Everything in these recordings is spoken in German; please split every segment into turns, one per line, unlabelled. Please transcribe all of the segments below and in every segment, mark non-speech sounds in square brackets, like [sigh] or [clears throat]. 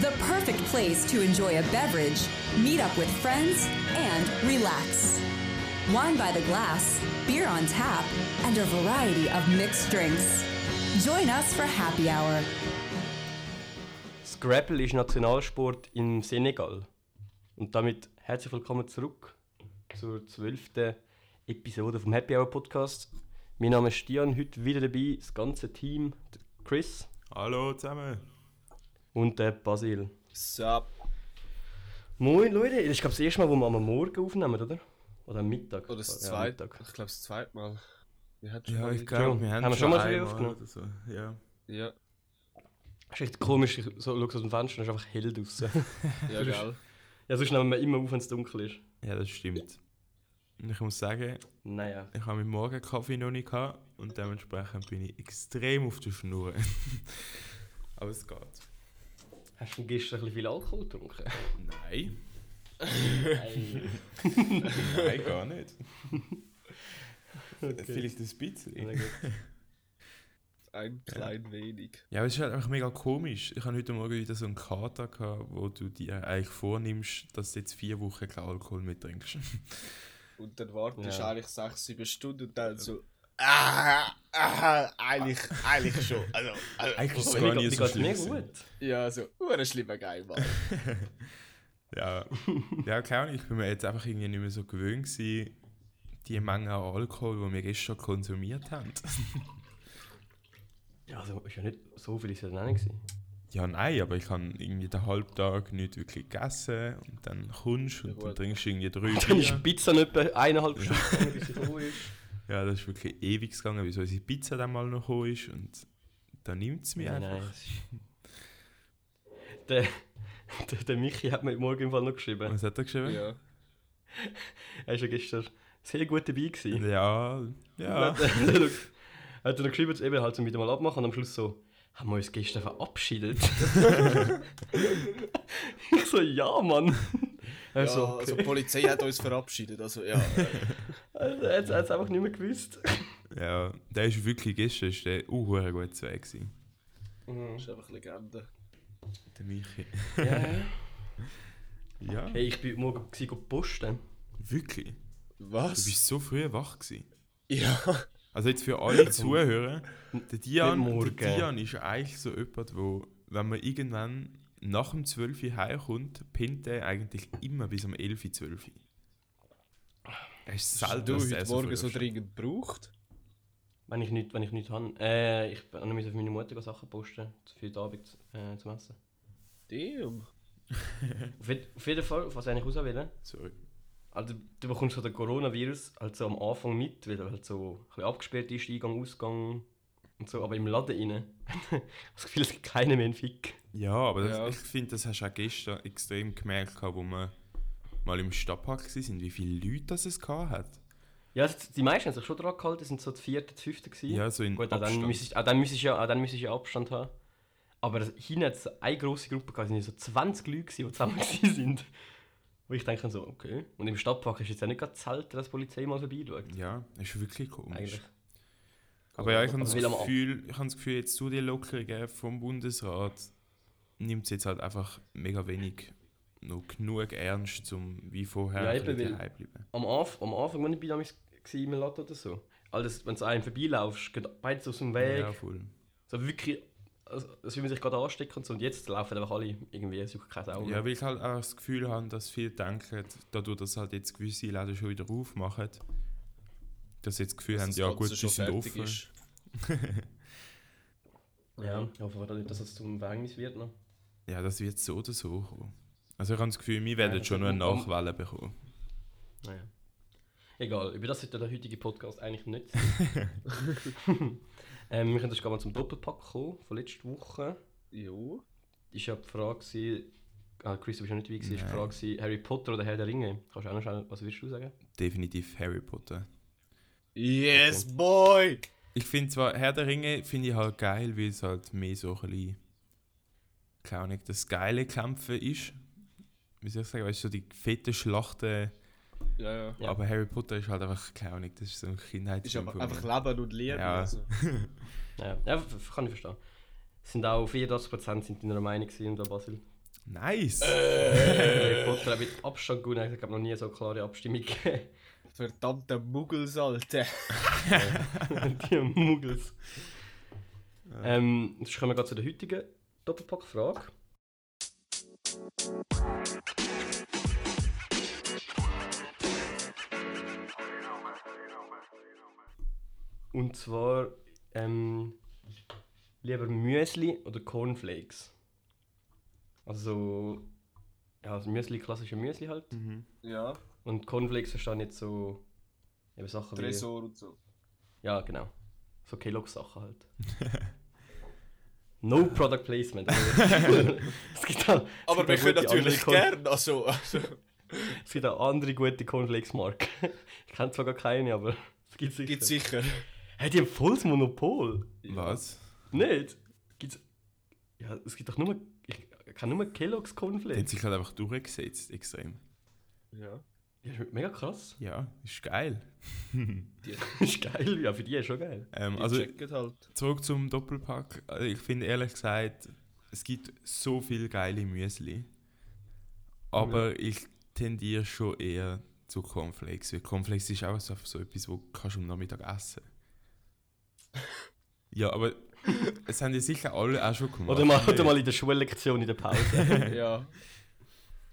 the perfect place to enjoy a beverage, meet up with friends, and relax. Wine by the glass, beer on tap, and a variety of mixed drinks. Join us for happy hour.
Scrabble ist Nationalsport im Senegal. Und damit herzlich willkommen zurück zur zwölften Episode vom Happy Hour Podcast. Mein Name ist Stian, heute wieder dabei das ganze Team, der Chris
Hallo zusammen.
und der Basil.
Sup.
Moin Leute, das ist glaube ich das erste Mal, wo wir am Morgen aufnehmen, oder? Oder am Mittag.
Oder das
Ja, am
zweite.
Mittag.
ich glaube, das zweite Mal. Wir hatten schon
Ja,
mal
ich
wieder-
glaube, wir haben,
Haben wir schon mal
einmal
aufgenommen?
oder so. Ja.
[laughs] Ja,
Das ist echt komisch, ich so, schaue aus dem Fenster und es ist einfach hell draußen.
ja, geil.
ja, sonst nehmen wir immer auf, wenn es dunkel ist.
ja, das stimmt. Und ich muss sagen,
Naja.
ich habe meinen Morgenkaffee noch nicht gehabt und dementsprechend bin ich extrem auf der Schnur. [laughs] Aber es geht.
Hast du denn gestern ein bisschen viel Alkohol getrunken?
Nein,
[laughs] Nein.
nein, gar nicht. Vielleicht ein bisschen.
Na gut.
Ein klein wenig.
Ja, aber es ist halt einfach mega komisch. Ich habe heute Morgen wieder so einen Kater gehabt, wo du dir eigentlich vornimmst, dass du jetzt vier Wochen keinen Alkohol mittrinkst.
Und dann wartest du
Ja.
eigentlich sechs, sieben Stunden und dann so. Ah, ah, eigentlich, eigentlich schon. Also, also,
Eigentlich ist es
Aber
gar
mir
nicht
geht-
so
mir geht's
schlimm.
mega
gewesen.
gut.
ja, also, so, ein schlimmer Geil, Mann.
Ja,
[laughs]
ja keine Ahnung, ich bin mir jetzt einfach irgendwie nicht mehr so gewöhnt gewesen, die Menge an Alkohol, die wir gestern
[laughs]
konsumiert haben.
Ja, also ist ja nicht so viel ist ja dann auch nicht. gewesen.
Ja, nein, aber ich habe irgendwie den halben Tag nicht wirklich gegessen und dann kommst du und
gut.
dann trinkst du irgendwie drei
[laughs] Dann ist die
Bier.
Pizza nicht etwa eineinhalb Stunden, gegangen, bis sie gekommen ist.
Ja, das ist wirklich ewig gegangen, bis unsere Pizza dann mal noch gekommen ist und dann nimmt es mich
Nein,
einfach.
nein. es ist- [laughs] Der, der, der Michi hat mir morgen im Fall noch geschrieben.
Was hat er geschrieben? Ja,
Ja.
Er ist ja gestern sehr gut dabei gewesen.
ja.
[laughs] Hat er- hat er noch geschrieben, dass eben halt so wieder mal abmachen und am Schluss so, haben wir uns gestern [laughs] verabschiedet? ich so, ja, Mann.
Ja,
Also, okay.
also die Polizei hat uns verabschiedet. Also, ja. äh,
also, er hat es einfach nicht mehr gewusst.
ja. Der ist wirklich gestern ist der uh, verdammt gut zu Weg gewesen.
Das ist einfach Legende.
Der Michi. [laughs]
Ja.
Ja,
Hey, ich bin morgen gewesen, go posten.
wirklich. Du
Was?
bist so früh wach gewesen.
Ja.
Also jetzt für alle Zuhörer, der
Nicht
Dian, der
morgen.
Dian ist eigentlich so jemand, wo, wenn man irgendwann nach dem 12 Uhr heimkommt, pinnt er eigentlich immer bis um 11 Uhr 12 Uhr. Er ist
Hast
selten,
du
dass
heute
er
Morgen
früh
so
aufsteht.
dringend gebraucht?
Wenn ich nichts, wenn ich nichts habe. Äh, ich bin- musste auf meine Mutter go Sachen posten, für die Abend äh, zum Essen.
Damn.
Auf, jed- auf jeden Fall, auf was ich eigentlich raus will,
Sorry.
also, du bekommst so den Coronavirus halt so am Anfang mit, weil er halt so ein bisschen abgesperrt ist, Eingang, Ausgang und so, aber im Laden rein. [laughs] Ich habe das Gefühl, es gibt keinen mehr einen Fick.
Ja, aber das,
Ja.
ich finde, das hast du auch gestern extrem gemerkt, gehabt, wo wir mal im Stadtpark waren, wie viele Leute das es gehabt hat.
Ja, also die meisten haben sich schon dran gehalten, es sind so die vierte, die fünfte gewesen.
Ja, so in
Gut, auch dann
Abstand.
müsste ich, auch dann müsste ich ja, auch dann müsste ich ja Abstand haben. Aber das- hinten hat es eine grosse Gruppe gehabt, es waren so 20 Leute, gewesen, die zusammen [laughs] gewesen sind. Wo ich denke so, okay. Und im Stadtpark ist jetzt auch nicht gerade selten, dass die Polizei mal vorbeischaut.
Ja, ist wirklich komisch.
Eigentlich.
Aber ja, ich habe das,
will am Abend.
Gefühl, ich habe das Gefühl, jetzt zu die Lockerungen vom Bundesrat nimmt es jetzt halt einfach mega wenig noch genug ernst, um wie vorher
Ja,
ein
eben,
bisschen
weil-
daheim bleiben.
Am, Anf am Anfang, wenn ich bei damals war im Laden oder so, alles, wenn du einem vorbeilaufst, gehen beide so aus dem Weg.
Ja, voll.
So wirklich, also, als würde man sich gerade anstecken und so. Und jetzt laufen einfach alle irgendwie, es juckt keine Augen.
Ja, weil ich halt auch das Gefühl habe, dass viele denken, dadurch, dass halt jetzt gewisse Läden schon wieder aufmachen, dass sie jetzt das Gefühl haben,
das
ja
Ganze
gut, die
schon
sind
fertig
offen.
ist.
ja. Ich hoffe nicht, dass es zum Verhängnis wird noch.
Ja, das wird so oder so kommen. Also ich habe das Gefühl, wir werden
das
schon noch
wird
eine
kommen.
Nachwelle bekommen.
Naja. Egal, über das sollte der heutige Podcast eigentlich nicht sein. [laughs] ähm, wir können jetzt gerade mal zum Doppelpack kommen von letzter Woche.
Jo. ist
Ist ja die Frage, gewesen- ah, Chris, du bist ja nicht dabei, gewesen, ist die
Nein.
Frage gewesen, Harry Potter oder Herr der Ringe? Kannst du auch noch schnell, was würdest du sagen?
Definitiv Harry Potter.
Yes, boy!
Ich finde zwar Herr der Ringe finde ich halt geil, weil es halt mehr so ein bisschen, keine Ahnung, das geile Kämpfen ist. Wie soll ich sagen, weißt du, so die fetten Schlachten.
Ja, ja.
Ja.
Aber Harry Potter ist halt einfach, keine Ahnung, das ist so ein
Ist
Kindheitsfilm
aber
von
einfach
mir.
Leben und Leben.
Ja.
Also.
Naja, ja, f- f- kann ich verstehen. Es Sind auch 84% sind deiner Meinung gewesen, und der Basil.
Nice!
Harry
Äh,
Potter hat mit Abstand gewonnen. Ich habe noch nie so eine klare Abstimmung gegeben.
Verdammte Muggels, Alter.
Die Muggels. Ähm, jetzt kommen wir gerade zu der heutigen Doppelpack-Frage. Und zwar ähm, lieber Müsli oder Cornflakes. Also, ja, also Müsli, klassische Müsli halt.
Ja,
Und Cornflakes verstehe ich jetzt so eben Sachen wie.
Tresor und so.
Ja, genau. So Kellogg-Sachen halt. [laughs] no Product [laughs] Placement. aber- es gibt auch, es
Aber
gibt
wir
auch
können
gute andere
natürlich
Corn-
gern, [laughs] also, also
Es gibt auch andere gute Cornflakes-Marken. [laughs] ich kenne zwar gar keine, aber es gibt sicher.
gibt sicher.
Hey, die haben volles Monopol.
Was?
Nicht? Gibt's... Ja, es gibt doch nur... Ich kenne nur Kellogg's
Die haben
Cornflakes.
sich halt einfach durchgesetzt, extrem.
Ja.
Ja, ist mega krass. [laughs]
Ja, ist geil.
ist geil. Ja, für die ist schon geil.
Ähm,
Die
also,
[laughs]
checken halt.
zurück zum Doppelpack. Also, ich finde ehrlich gesagt, es gibt so viel geile Müsli. Aber
Mhm.
ich tendiere schon eher zu Cornflakes. Weil Cornflakes ist auch so, so etwas, wo kannst du am Nachmittag
[laughs]
essen. ja, aber es haben ja sicher alle auch schon gemacht.
Oder mal, oder mal in der Schullektion in der Pause. [laughs]
Ja.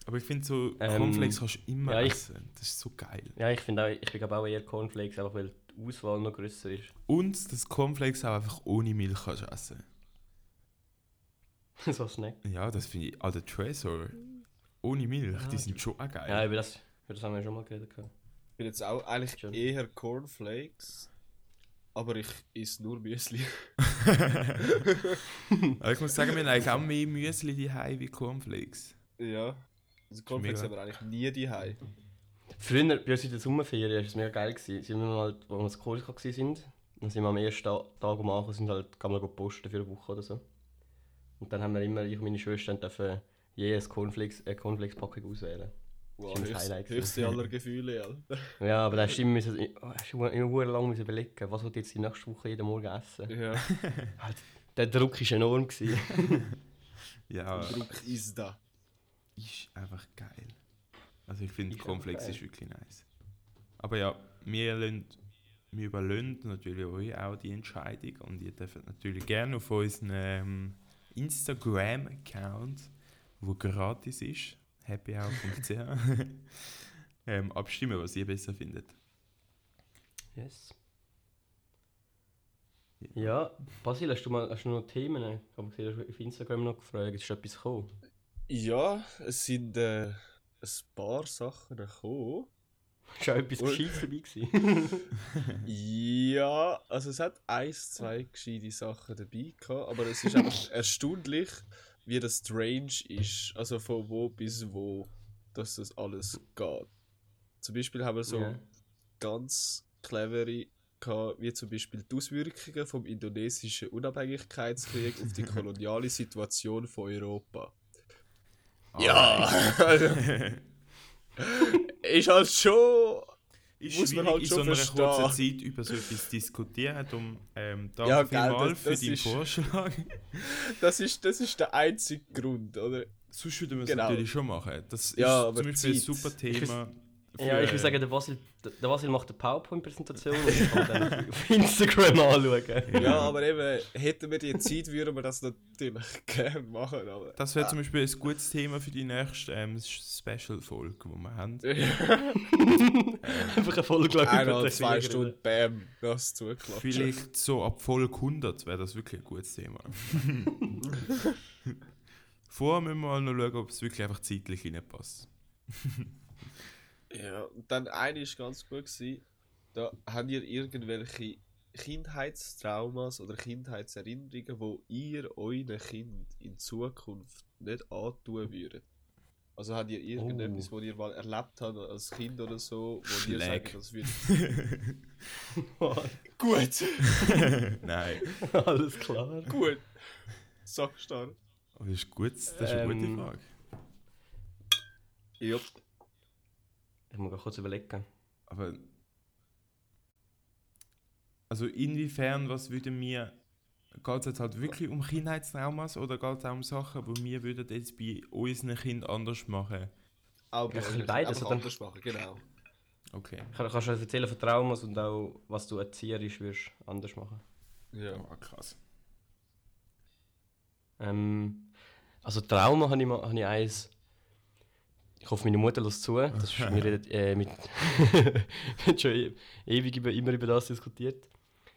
Aber ich finde so,
Ähm,
Cornflakes kannst du immer
ja, ich-
essen. Das ist so geil.
ja, ich finde auch... Ich bin glaub auch eher Cornflakes, einfach weil die Auswahl noch grösser ist. [laughs]
Und dass Cornflakes auch einfach ohne Milch kannst essen.
so ein Snack.
Ja, das finde ich. Also Treasure ohne Milch, die sind schon auch geil.
Ja, über das, über das haben wir schon mal geredet. gehabt.
Ich bin jetzt auch eigentlich
Schön.
eher Cornflakes. ah, Aber ich esse nur Müsli.
Aber ich muss sagen, wir haben eigentlich auch mehr Müsli daheim wie Cornflakes.
ja. Also Dus Cornflakes
mega.
haben wir eigentlich nie die Hei.
Früher, bei uns in der Sommerferien, war es mega geil. Gewesen. Sind wir mal, als wir in Korsika waren, dann sind wir am ersten Ta- Tag um 8 Uhr sind halt, kann man go posten für eine Woche oder so. Und dann haben wir immer, ich und meine Schwestern, dürfen je eine Cornflakes, eine Cornflakes-Packung auswählen.
Wow,
Das ist mein
höchst,
Highlight.
höchste aller Gefühle, Alter.
Ja, aber da hast du immer, müssen, oh, hast du immer, immer lange müssen überlegen, was wird jetzt die nächste Woche jeden Morgen essen.
Ja. [laughs]
Halt, der Druck war enorm. Gewesen.
Ja,
Ah.
Druck ist da.
ist einfach geil. Also ich finde
Ist einfach
Cornflakes
geil.
ist wirklich nice. Aber ja, wir, lassen, wir überlassen natürlich euch auch die Entscheidung und ihr dürft natürlich gerne auf unseren ähm, Instagram-Account, wo gratis ist, happyhour.ch, [laughs] ähm, abstimmen, was ihr besser findet.
Yes. Ja, Basil, hast du, mal, hast du noch Themen? Ich habe gesehen, du hast auf Instagram noch gefragt, ist schon etwas gekommen?
Ja, es sind äh, ein paar Sachen gekommen.
[laughs] Ist auch etwas
Ui.
Gescheites dabei gewesen?
Ja, also es hat eins, zwei gescheite Sachen dabei gehabt, aber es ist einfach erstaunlich, wie das strange ist, also von wo bis wo, dass das alles geht. Zum Beispiel haben wir so
Ja.
ganz clevere gehabt, wie zum Beispiel die Auswirkungen vom indonesischen Unabhängigkeitskrieg auf die koloniale Situation von Europa. Ja! [laughs] ist halt schon...
ist
Muss
muss
man
man
halt
in
schon
so einer kurzen
verstehen.
Zeit über so etwas diskutieren. Darum ähm, danke
Ja,
ja,
gell,
vielmals
das- das
für deinen
ist-
Vorschlag.
Das ist, das ist der einzige Grund, oder?
[laughs] Sonst würden wir es
Genau.
natürlich schon machen. Das
Ja,
ist
aber
zum Beispiel ein
Zeit.
super Thema. für-
[laughs] ja, ich würde sagen, der Basil, der der Basil macht eine PowerPoint-Präsentation und kann [laughs] dann auf Instagram anschauen.
Ja, aber eben, hätten wir die Zeit, würden wir das natürlich [laughs] gerne machen, aber...
das wäre zum Beispiel ein gutes Thema für die nächste ähm, Special-Folge, die wir haben.
Einfach eine Folge lang
Eine
über
oder
den
zwei
Krieg [laughs]
Stunden, bam, das zugeklappt.
Vielleicht so ab Folge 100 wäre das wirklich ein gutes
[laughs]
Thema. Vorher müssen wir mal noch schauen, ob es wirklich einfach zeitlich
[laughs]
reinpasst. [laughs]
Ja, und dann eine ist ganz gut gewesen, da habt ihr irgendwelche Kindheitstraumas oder Kindheitserinnerungen, wo ihr euren Kind in Zukunft nicht antun würdet? Also habt ihr irgendetwas,
Oh.
wo ihr mal erlebt habt als Kind oder so, wo ihr
Schläge.
sagt, das würde...
reden.
[laughs] Gut,
Nein,
Alles klar.
gut. Sackstarr.
aber das ist, gut, das ist eine
Ähm,
gute Frage.
Jupp.
Ich muss kurz überlegen.
Aber. Also inwiefern, was würde mir geht es jetzt halt wirklich um Kindheitstraumas oder geht es auch um Sachen, die wir würden jetzt bei unseren Kindern anders machen?
Auch
Ja, ein bisschen
Brüche,
beides,
einfach
oder?
anders machen, genau.
Okay.
Kann, kannst du uns erzählen von Traumas und auch, was du erzieherisch würdest anders machen?
Ja.
Ah, krass.
Ähm, also Trauma habe ich, mal- habe ich eins. Ich hoffe, meine Mutter lässt zu. Das ist,
[laughs]
wir reden äh, mit, [laughs] wir haben schon e- ewig über, immer über das diskutiert.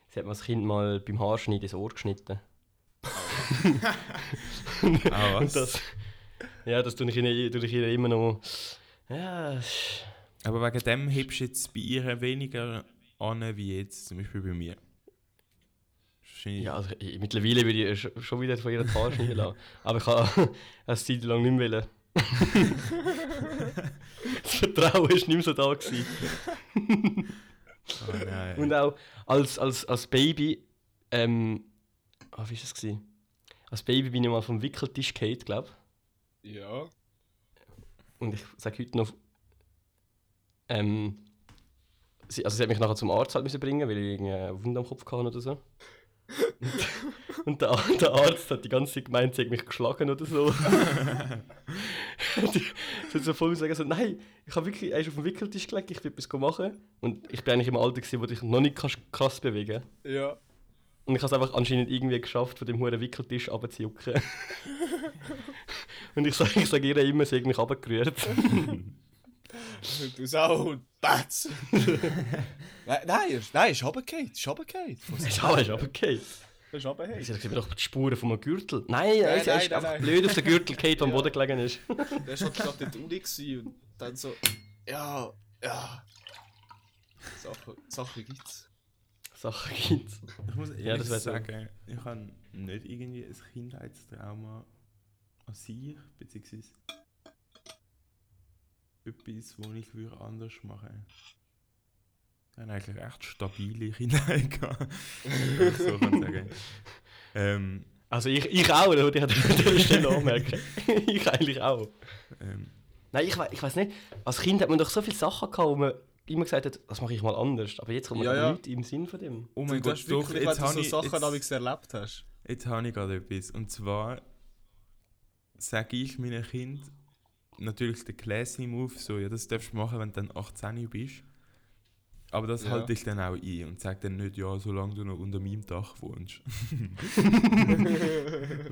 Sie hat mir als Kind mal beim Haarschneiden das Ohr geschnitten.
[laughs] Ah, was?
Und das, ja, das tue ich ihnen, tue ich ihnen immer noch. Ja, es ist-
Aber wegen dem hebst du jetzt bei ihr weniger an, wie jetzt zum Beispiel bei mir. Wahrscheinlich.
ja also, ich, mittlerweile würde ich sch- schon wieder von ihren Haaren schneiden lassen. Aber ich habe [laughs] eine Zeit lang nicht mehr wollen. das Vertrauen war nicht mehr so da. Gewesen.
Ah, nein.
Und auch als, als, als Baby, ähm, ah, wie war das? Gewesen? Als Baby bin ich mal vom Wickeltisch gehauen, glaube
Ja.
Und ich sage heute noch, ähm, sie, also sie hat mich nachher zum Arzt halt müssen bringen, weil ich irgendeine Wunde am Kopf hatte oder so. Und, und der, Ar- der Arzt hat die ganze Zeit gemeint, sie hat mich geschlagen oder so. [laughs] Und ich- ich hat so voll sagen, so, nein, ich habe wirklich, er ist auf dem Wickeltisch gelegt, ich will etwas machen. Und ich bin eigentlich im Alter, gewesen, wo dich noch nicht kannst krass bewegen
Ja.
Und ich habe es einfach anscheinend irgendwie geschafft, von dem hohen Wickeltisch runterzujucken. und ich sage ich sag ihr immer, sie hat mich runtergerührt.
Und du Sau und Batz. nein, nein, er ist- nein, ist runtergefallen, ist [laughs] runtergefallen.
Ist aber, ist aber okay.
Ist runtergefallen.
Sie sehen doch die Spuren von einem Gürtel. Nein, nein, sie
nein,
ist
nein,
einfach
nein.
blöd auf den Gürtel gehauen, der am [laughs] Boden gelegen ist.
Der ist halt gerade in der Uni gewesen und dann so, ja, ja. Sachen Sache gibt's.
Sachen gibt's.
Ich muss ehrlich
Ja, das wär so.
sagen, ich habe nicht irgendwie ein Kindheitstrauma an sich, beziehungsweise etwas, was ich würde anders machen Ich habe eigentlich recht stabile Kindheit [laughs] gehabt. wenn ich so kann
[laughs]
sagen. Ähm,
Also ich, ich auch, oder? Ich hätte an dieser Stelle anmerken. [laughs] ich eigentlich auch.
ähm,
Nein, ich, we- ich weiß nicht. Als Kind hat man doch so viele Sachen gehabt, wo man immer gesagt hat, das mache ich mal anders. Aber jetzt kommt man
Ja,
ja,
ja.
nichts im Sinn von dem.
oh
Du
mein
hast
Gott, doch,
wirklich, wenn
jetzt
du
habe
so
ich...
Sachen
Jetzt,
damals erlebt hast.
Jetzt habe ich gerade etwas. Und zwar sage ich meinen Kind natürlich den classy Move, so, ja, das darfst du machen, wenn du dann 18 bist. Aber das
Ja.
halte ich dann auch ein und sage dann nicht, ja, solange du noch unter meinem Dach wohnst.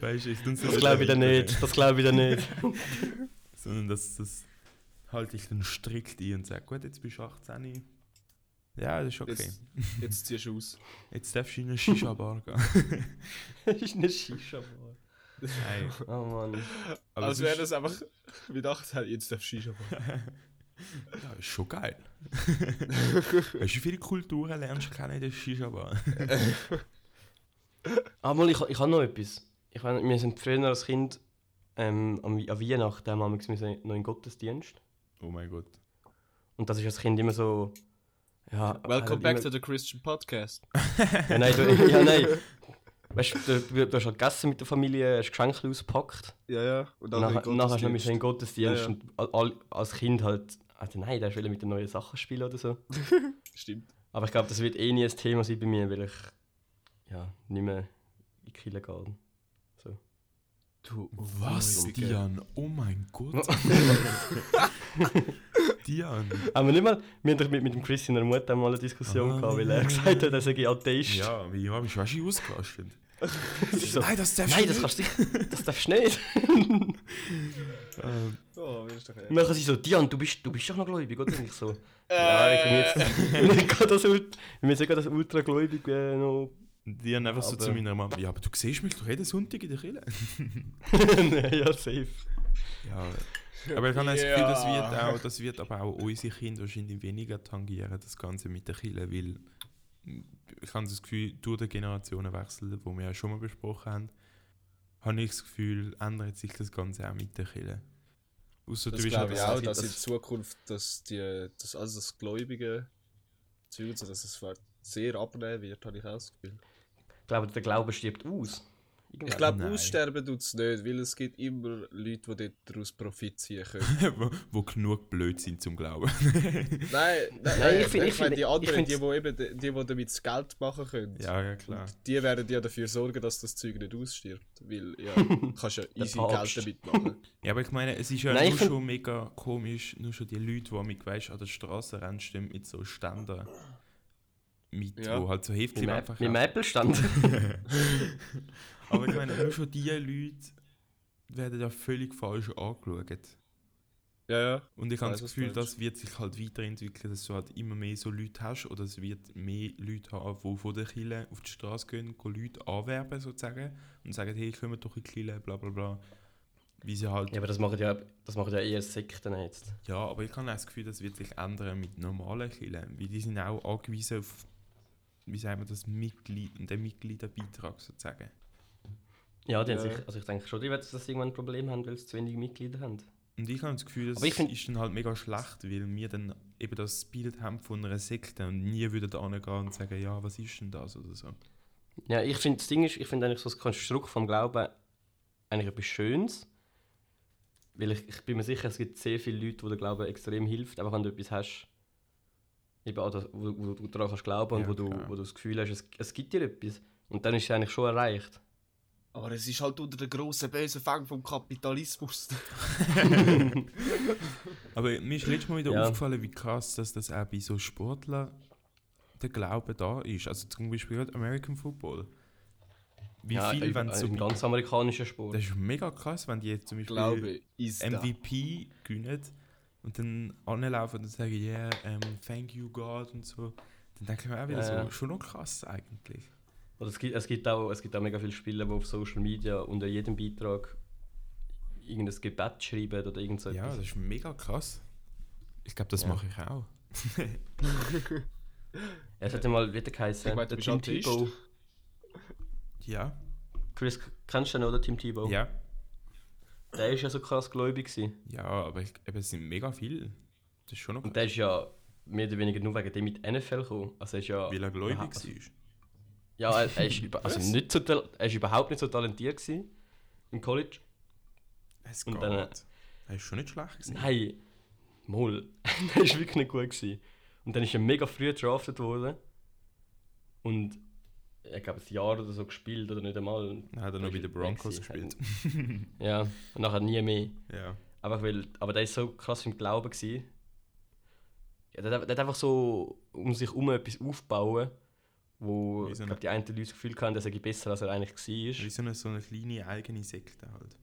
weißt du, ich tun's
Das
nicht
glaube ich dann
erläutern,
nicht. Das glaube ich dann [laughs] nicht.
Sondern das, das halte ich dann strikt ein und sage, gut, jetzt bist du 18. Ja, das ist okay.
Jetzt,
Jetzt,
jetzt ziehst du [laughs] aus.
darfst du in eine Shisha-Bar gehen.
das ist eine Shisha, Mann.
Nein.
Oh Mann.
Aber
Als
sonst-
Also wäre das einfach gedacht, hey, jetzt darfst du schon mal.
Ja, ist schon geil. Hast du viele Kulturen lernst du kennen in der Shisha-Bar?
Ah, mal, ich, ich habe noch etwas. Ich meine, wir sind früher als Kind ähm, am- an Weihnachten haben wir manchmal müssen noch in den Gottesdienst.
Oh mein Gott.
Und das ist als Kind immer so. Ja,
Welcome back
[laughs] immer,
to the Christian Podcast.
ja, nein,
[laughs]
du, ja, nein. Weißt du, du, du hast halt gegessen mit der Familie, hast Geschenke ausgepackt.
Ja, ja. Und
Dann
in
nachher,
den
nachher hast du noch
Gottesdienst.
müssen in den Gottesdienst.
Ja, ja.
Und all, all, als Kind halt. Also nein, der will mit den neuen Sachen spielen oder so.
Stimmt.
Aber ich glaube, das wird eh nie ein Thema sein bei mir, weil ich ja, nicht mehr in die Kirche gehe.
Du,
Was, Dian? Oh mein Gott. [laughs] Dian.
Haben wir nicht mal, wir haben doch mit, mit dem Chris in der Mutter mal eine Diskussion
Ah,
gehabt, weil
ja,
er gesagt hat, er sei Atheist.
Ja, wie ja, bist du schon ausgerastet?
[laughs] Das ist so,
Nein, das darfst
nein,
du
das
nicht.
kannst du nicht. Das darfst du nicht.
[laughs] Ähm,
Oh, ist doch
Und dann sie so, Dian, du bist, du bist doch noch gläubig, oder? Und ich so, ja, ich bin
äh,
jetzt [laughs] nicht gerade das, Ult- ich bin sogar das ultragläubig äh, noch. [laughs]
Dian einfach so
Aber-
zu meiner Mama. Ja, aber du siehst mich doch jeden Sonntag in der Kirche.
Nein, ja, safe.
Ja. Aber ich habe das Gefühl, das wird,
Ja.
auch, das wird aber auch unsere Kinder wahrscheinlich weniger tangieren, das Ganze mit der Kille, weil ich habe das Gefühl, durch den Generationenwechsel, den wir ja schon mal besprochen haben, habe ich das Gefühl, ändert sich das Ganze auch mit der Kille. Außer du
das
bist halt
glaube ich
das-
auch,
das-
dass in Zukunft dass die, dass also das Gläubige Zeug, so dass es wird sehr abnehmen wird, habe ich auch das Gefühl.
Ich glaube, der Glaube stirbt aus.
Ich
Irgendwann.
glaube,
Nein.
aussterben tut es nicht, weil es gibt immer Leute, die daraus Profit ziehen können.
[laughs]
[laughs] wo, wo genug blöd sind zum Glauben.
nein, nein, nein,
ich
ich,
find-
meine
ich find-
die
ich
anderen,
find's-
die, wo eben, die, die damit das Geld machen können,
ja, ja, klar.
die werden ja dafür sorgen, dass das Zeug nicht ausstirbt. Weil
[laughs]
ja, kannst ja easy
Papst.
Geld damit machen.
Ja, aber ich meine, es ist ja
Nein, ich
nur
find-
schon mega komisch, nur schon die Leute, die mit, weißt, an der Straße rennstehen mit so Ständer. Mit,
Ja.
wo halt so
Mit
Häftlinge
dem
einfach
App- mit dem
[laughs]
Apple-Stand.
Aber ich meine, nur schon diese Leute werden ja völlig falsch angeschaut.
ja, ja.
Und ich habe
weiss,
das
was du
Gefühl,
meinst.
das wird sich halt weiterentwickeln, dass du halt immer mehr so Leute hast oder es wird mehr Leute haben, die von der Kille auf die Straße gehen, gehen Leute anwerben sozusagen und sagen, hey, kommt doch in die Kille, bla bla bla. Wie sie halt
ja, aber das machen ja, das machen ja eher Sekten jetzt.
Ja, aber ich habe auch das Gefühl, das wird sich ändern mit normalen Kirchen, weil die sind auch angewiesen auf, wie sagen wir das, Mitglied, den Mitgliederbeitrag sozusagen.
Ja, die haben
Ja.
sich, also ich denke schon, die werden das irgendwann ein Problem haben, weil sie zu wenige Mitglieder haben.
Und ich habe das Gefühl, das
Aber ich find-
ist dann halt mega schlecht, weil wir dann eben das Bild haben von einer Sekte und nie würden da hingehen und sagen, ja, was ist denn das oder so.
Ja, ich finde, das Ding ist, ich finde eigentlich so das Konstrukt vom Glauben eigentlich etwas Schönes. Weil ich, ich bin mir sicher, es gibt sehr viele Leute, wo der Glaube extrem hilft, aber wenn du etwas hast, eben auch das, wo, wo du daran kannst glauben
Ja, genau.
und wo, du,
klar.
wo du das Gefühl hast, es, es gibt dir etwas. Und dann ist es eigentlich schon erreicht.
Aber es ist halt unter der grossen bösen Fang vom Kapitalismus. [laughs]
Aber mir ist letztes Mal wieder
Ja.
aufgefallen, wie krass, dass das auch bei so Sportlern der Glaube da ist. Also zum Beispiel gerade American Football. Wie
ja,
viel, wenn
äh,
so
Im ganz amerikanischen Sport.
Das ist mega krass, wenn die jetzt zum Beispiel
Glaube ist
Ähm,
da.
MVP gewinnen und dann anlaufen und sagen, yeah, ähm, thank you God und so. Dann denke ich mir auch wieder
Ja, ja.
so, schon noch krass eigentlich.
Oder es gibt, es gibt auch, es gibt auch mega viele Spieler, die auf Social Media unter jedem Beitrag irgendein Gebet schreiben oder irgend so
Ja, das
etwas.
ist mega krass. Ich glaube, das
Ja.
mache ich auch.
Es hat ja mal wieder geheißen,
Ich meine,
der
du
Tim
bist Atheist.
Tebow.
Ja,
Chris, kennst du den, oder? Tim Tebow?
ja,
Der ist ja so krass gläubig. Gewesen.
ja, aber ich, eben, es sind mega viele. Das ist schon noch
Und
krass,
der ist ja mehr oder weniger nur wegen dem mit NFL gekommen. Also er ist ja,
weil er gläubig
Aha, also,
war.
Ja, er, er, ist über, also
Was?
nicht so, tal- er ist überhaupt nicht so talentiert gewesen im College.
Es
Und
geht.
dann-
äh, Er ist schon nicht schlecht gewesen.
Nein, Moll. [laughs] der ist wirklich nicht gut gewesen. Und dann ist er mega früh drafted worden. Und ich glaube, ein Jahr oder so gespielt oder nicht einmal. Und
Dann hat
der
er noch
ist
bei den Broncos
weg gewesen.
gespielt.
Ja, und nachher nie mehr.
[laughs] ja.
Einfach weil, aber der war so krass im Glauben. Gewesen. Ja, der, hat- der hat einfach so um sich herum etwas aufbauen, wo
Wie
ich
so eine-
glaub, die einen Leute das Gefühl hatten, dass er besser als er eigentlich
Wie
war.
so eine, so eine kleine eigene Sekte halt.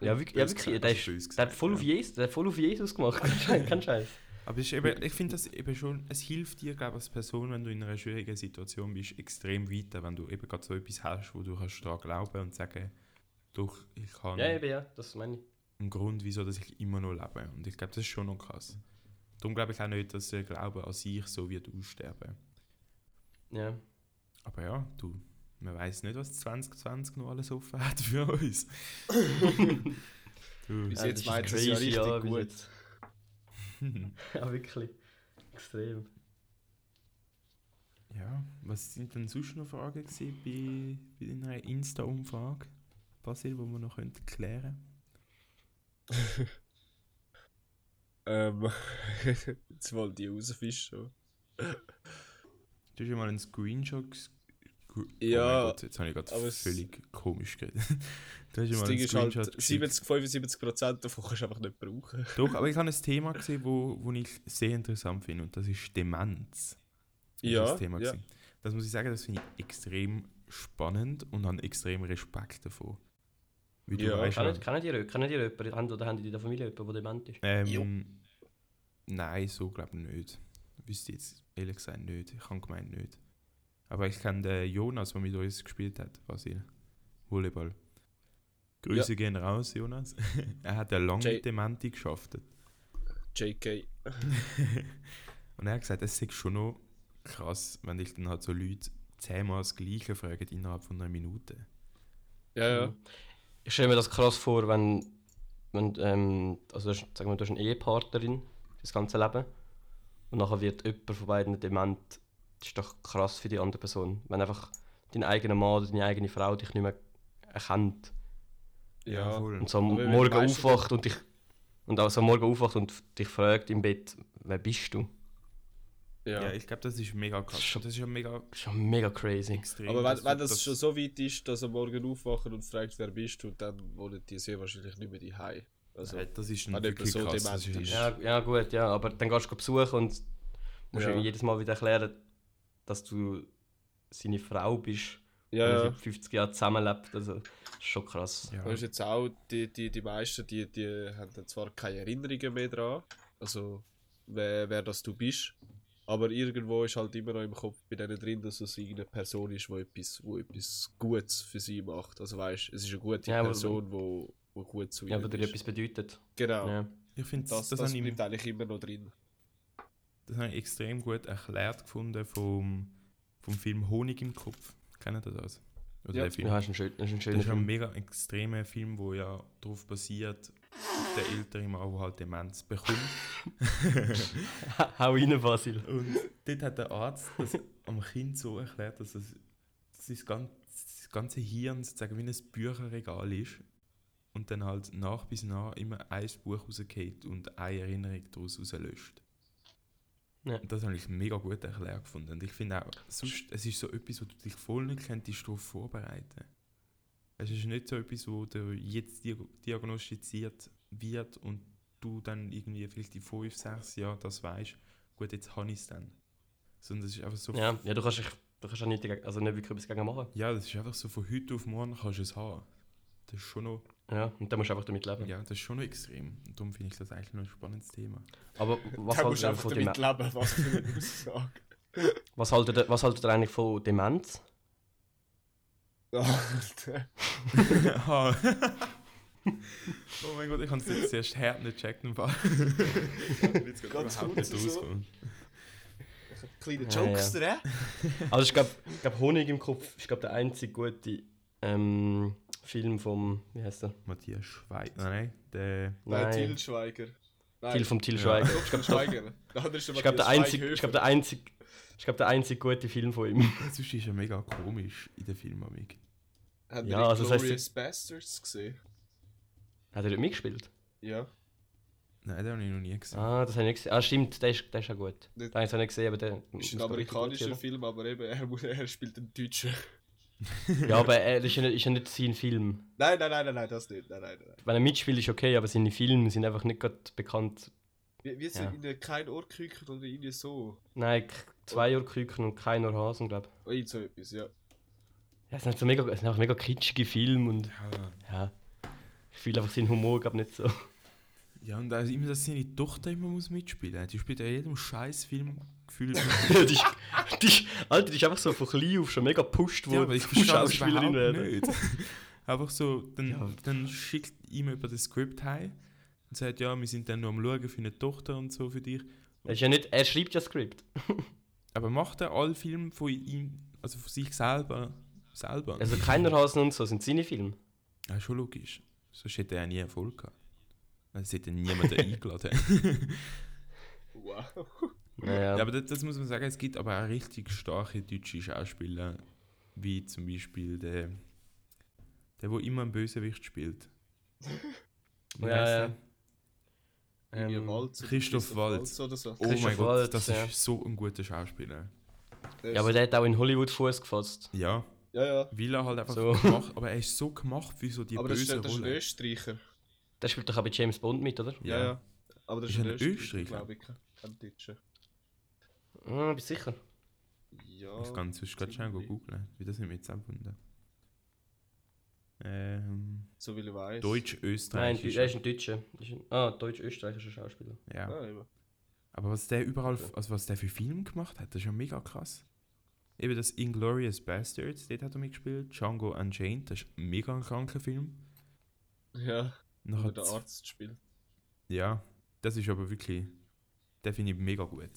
Ja, wirklich, ja,
Bös
wirklich
gesagt,
der,
also
ist,
bös
der,
gesagt,
hat voll
ja.
auf Jesus, der hat voll auf Jesus gemacht.
[laughs]
Kein Scheiß, Kein Scheiß.
Aber es ist eben, ich finde das eben schon, es hilft dir, glaube als Person, wenn du in einer schwierigen Situation bist, extrem weiter, wenn du eben gerade so etwas hast, wo du kannst daran glauben und sagen, doch, ich habe
Ja, eben, ja, das meine ich.
einen Grund, wieso dass ich immer noch lebe. Und ich glaube, das ist schon noch krass. Darum glaube ich auch nicht, dass der Glaube an sich so wird aussterben.
Ja.
Aber ja, du, man weiß nicht, was 2020 noch alles offen hat für
[laughs]
uns. du,
Bis
Ja, das
jetzt
ist
meint es ja
crazy,
richtig
ja, bis
gut.
jetzt. [laughs] ja, wirklich. Extrem.
ja, was sind denn sonst noch Fragen gewesen bei, bei deiner Insta-Umfrage, Basil, die wir noch könnten klären könnten?
Ähm, [laughs] jetzt wollen die rausfischen.
Du hast ja mal einen Screenshot. ges- gr-
Ja,
Oh mein Gott, jetzt habe ich gerade
aber es-
völlig komisch geredet. [laughs] Du hast ja
Das
mal
Ding
einen
ist halt,
Screenshot. geschickt.
70, 75% davon kannst du einfach nicht
[laughs]
brauchen.
Doch, aber ich habe ein Thema gesehen, wo, wo ich sehr interessant finde und das ist Demenz. Das ist
Ja,
das Thema
ja.
gewesen. Das muss ich sagen, das finde ich extrem spannend und habe extrem Respekt davor. Wie du
Ja.
weißt,
Kennen kennen die jemand? Kennen die jemanden? Haben- Oder haben die in der Familie jemanden, der dement ist?
ähm, nein, so glaube ich nicht. Wüsste jetzt ehrlich gesagt nicht. Ich habe gemeint nicht. Aber ich kenne den Jonas, der mit uns gespielt hat, Basil. Volleyball. Grüße gehen raus, Jonas. [laughs] er hat ja lange
Jay-
mit Dementi geschafft.
JK.
Und er hat gesagt, es ist schon noch krass, wenn dich dann halt so Leute zehnmal das Gleiche fragen innerhalb von einer Minute.
Ja, ja.
Ich stelle mir das krass vor, wenn, wenn ähm, also du hast, sagen wir, du hast eine Ehepartnerin das ganze Leben und nachher wird jemand von beiden dement. Das ist doch krass für die andere Person. Wenn einfach dein eigener Mann oder deine eigene Frau dich nicht mehr erkennt.
Ja,
voll.
Und so am
Aber wenn
morgen
du weißt,
aufwacht und dich. Und also am morgen aufwacht und f- dich fragt im Bett, wer bist du?
ja.
Ja, ich glaube, das ist mega krass. Das ist ja mega
Das ist schon mega crazy.
extrem.
Aber wenn,
dass
wenn
du
das, schon so weit ist, dass am Morgen aufwachen und fragt, wer bist du, dann wohnen die sehr wahrscheinlich nicht mehr die Hause. Also,
Nein, das ist
wenn
ein
jemand
wirklich
so
krass. Das
dement
ist
ist.
Ja, ja gut, ja, aber dann gehst du besuchen und musst
Ja.
ihm jedes Mal wieder erklären, dass du seine Frau bist,
ja,
die
ja.
seit 50 Jahren zusammenlebt. Also das ist schon krass.
ja.
Weißt du jetzt auch, die, die, die meisten, die, die haben dann zwar keine Erinnerungen mehr dran, also wer, wer das du bist, aber irgendwo ist halt immer noch im Kopf bei denen drin, dass es irgendeine Person ist, die etwas, wo etwas Gutes für sie macht. Also weißt es ist eine gute
Ja, aber-
Person, die wo, wo gut zu
Ja,
ihnen
aber dir
ist.
etwas bedeutet.
Genau,
Ja.
Ich finde,
das,
das,
das,
das, habe ich,
bleibt eigentlich immer noch drin.
das habe ich extrem gut erklärt gefunden vom, vom Film Honig im Kopf. Kennt ihr das? Oder
Ja.
den Film?
Ja, ist ein, schön, ist ein
Das
schöner
ist ein
Film.
mega extremer Film, wo ja darauf basiert, auf der ältere Mann, der halt Demenz bekommt.
[laughs] Hau rein, Basil.
Und dort hat der Arzt das am Kind so erklärt, dass es sein ganz, das ganze Hirn sozusagen wie ein Bücherregal ist und dann halt nach bis nach immer ein Buch rausgeht und eine Erinnerung daraus rauslöscht.
Ja.
Und das habe ich mega gut erklärt gefunden. Und ich finde auch, sonst, es ist so etwas, wo du dich voll nicht könntest darauf vorbereiten. Es ist nicht so etwas, wo dir jetzt diag- diagnostiziert wird und du dann irgendwie vielleicht in fünf, sechs Jahren das weißt, gut, jetzt habe ich es dann. Sondern es ist einfach so
Ja, ja du kannst dich du kannst auch nicht, dagegen- also nicht wirklich etwas gegen machen.
ja, das ist einfach so, von heute auf morgen kannst du es haben. Das ist schon noch,
Ja, und dann musst du einfach damit leben.
ja, das ist schon noch extrem. Und darum finde ich das eigentlich noch ein spannendes Thema. [laughs]
Aber was
da
haltet,
musst du
ihr
einfach
von
damit
Deme-
leben, was für eine Aussage. [laughs]
was, haltet ihr, was haltet ihr eigentlich von Demenz?
Alter.
Ah. oh mein Gott, ich habe es jetzt zuerst hart nicht gecheckt. im Fall. [laughs] jetzt geht
Ganz
überhaupt
kurz
nicht
so.
rauskommen.
Kleine
Ja, ja.
Jokester, ja,
Also ich glaube, glaub Honig im Kopf ist glaub, der einzige gute ähm, Film vom, wie heißt der?
Matthias Schweizer. Nein, nein, der.
Nein, Til Äh, Schweiger. Nein,
Til vom Til
Ja.
Schweiger.
[laughs] Til Schweiger. Der andere ist
Ich glaube, der
Matthias
einzige, ich
Schweighöfer.
glaube, der einzige, ich glaube, der einzige gute Film von ihm. [laughs]
Sonst ist er mega komisch in der Filmamik.
Haben
Ja,
ja,
also
also
das heisst-
Glorious Bastards gesehen?
Hat er dort mitgespielt?
Ja.
Nein, den habe ich noch nie gesehen.
Ah, das habe ich nicht gesehen. Ah, stimmt, der ist, der ist auch gut.
Der-
Den habe ich noch nicht gesehen, aber der
Ist
muss
ein
doch richtig gut
amerikanischer
sein.
Film, aber eben, er, muss- er spielt einen Deutschen. [laughs]
Ja, aber äh, das ist ja, nicht, ist ja nicht sein Film.
Nein, nein, nein, nein, nein, das nicht. Nein, nein, nein.
Wenn er mitspielt, ist okay, aber seine Filme sind einfach nicht gerade bekannt.
Wir, wir
Ja.
sind in kein Ohr gekriegt oder irgendwie so.
Nein, K- zwei Uhr Küken und kein Uhr Hasen, glaube ich.
Oh, Irgend so etwas, ja.
Ja, es sind so mega, es sind einfach mega kitschige Filme und
Ja.
ja. Ich fühle einfach seinen Humor, glaube nicht so. [laughs]
Ja, und also immer, dass seine Tochter immer muss mitspielen muss. Die spielt ja in jedem scheiß Film [laughs] gefühlt.
Ja, die, ist, die ist, Alter, die ist einfach so von klein auf schon mega gepusht
Ja,
worden.
[laughs] aber ich
muss
verstehe das überhaupt nicht. [laughs] Einfach so, dann, dann schickt ihm über das Skript heim und sagt, ja, wir sind dann nur am Schauen für eine Tochter und so für dich.
Er, ist ja nicht, er schreibt ja Skript.
Aber macht er alle Filme von ihm, also von sich selber, selber?
Also Keinerhasen und so sind seine Filme.
ja, schon logisch. Sonst hätte er nie Erfolg gehabt. Es hätte
[laughs]
niemand eingeladen.
Wow.
Naja.
Ja, aber das, das muss man sagen, es gibt aber auch richtig starke deutsche Schauspieler, wie zum Beispiel der, der, wo immer einen
[laughs]
Bösewicht spielt. Wie
Ja,
heisst
ja.
der?
Irgendwie
Ähm,
Walz oder
Christoph Waltz.
oder so.
Oh
Christoph
mein Gott,
Waltz,
das
ja.
ist so ein guter Schauspieler.
Der
ja, aber
ist-
der hat auch in Hollywood Fuß gefasst.
Ja,
ja, ja.
weil er halt einfach
So.
gemacht, aber er ist so gemacht wie so die
Aber das ist,
böse
das ist ein
Rolle.
Österreicher.
Der spielt doch auch bei James Bond mit, oder?
Ja, ja. Aber das ist, ein Österreicher,
Österreicher?
glaube ich. Kein Deutscher.
Ah, bist sicher.
Ja.
Das Ganze ist gerade schnell
ziemlich.
googeln, wie das nicht mehr zusammengebunden. Ähm,
So wie ich weiß.
Nein,
Deutsch-Österreich.
er ist ein Deutscher. Das ist ein- Ah, deutsch-österreichischer Schauspieler.
Ja.
Ah, eben.
Aber was der überall, also was der für Filme gemacht hat, das ist ja mega krass. Eben das Inglorious Bastards, dort hat er mitgespielt. Django Unchained, das ist ein mega ein kranker Film.
Ja,
Nachher
wo der
z-
Arzt spielt.
Ja, das ist aber wirklich, der finde ich mega gut.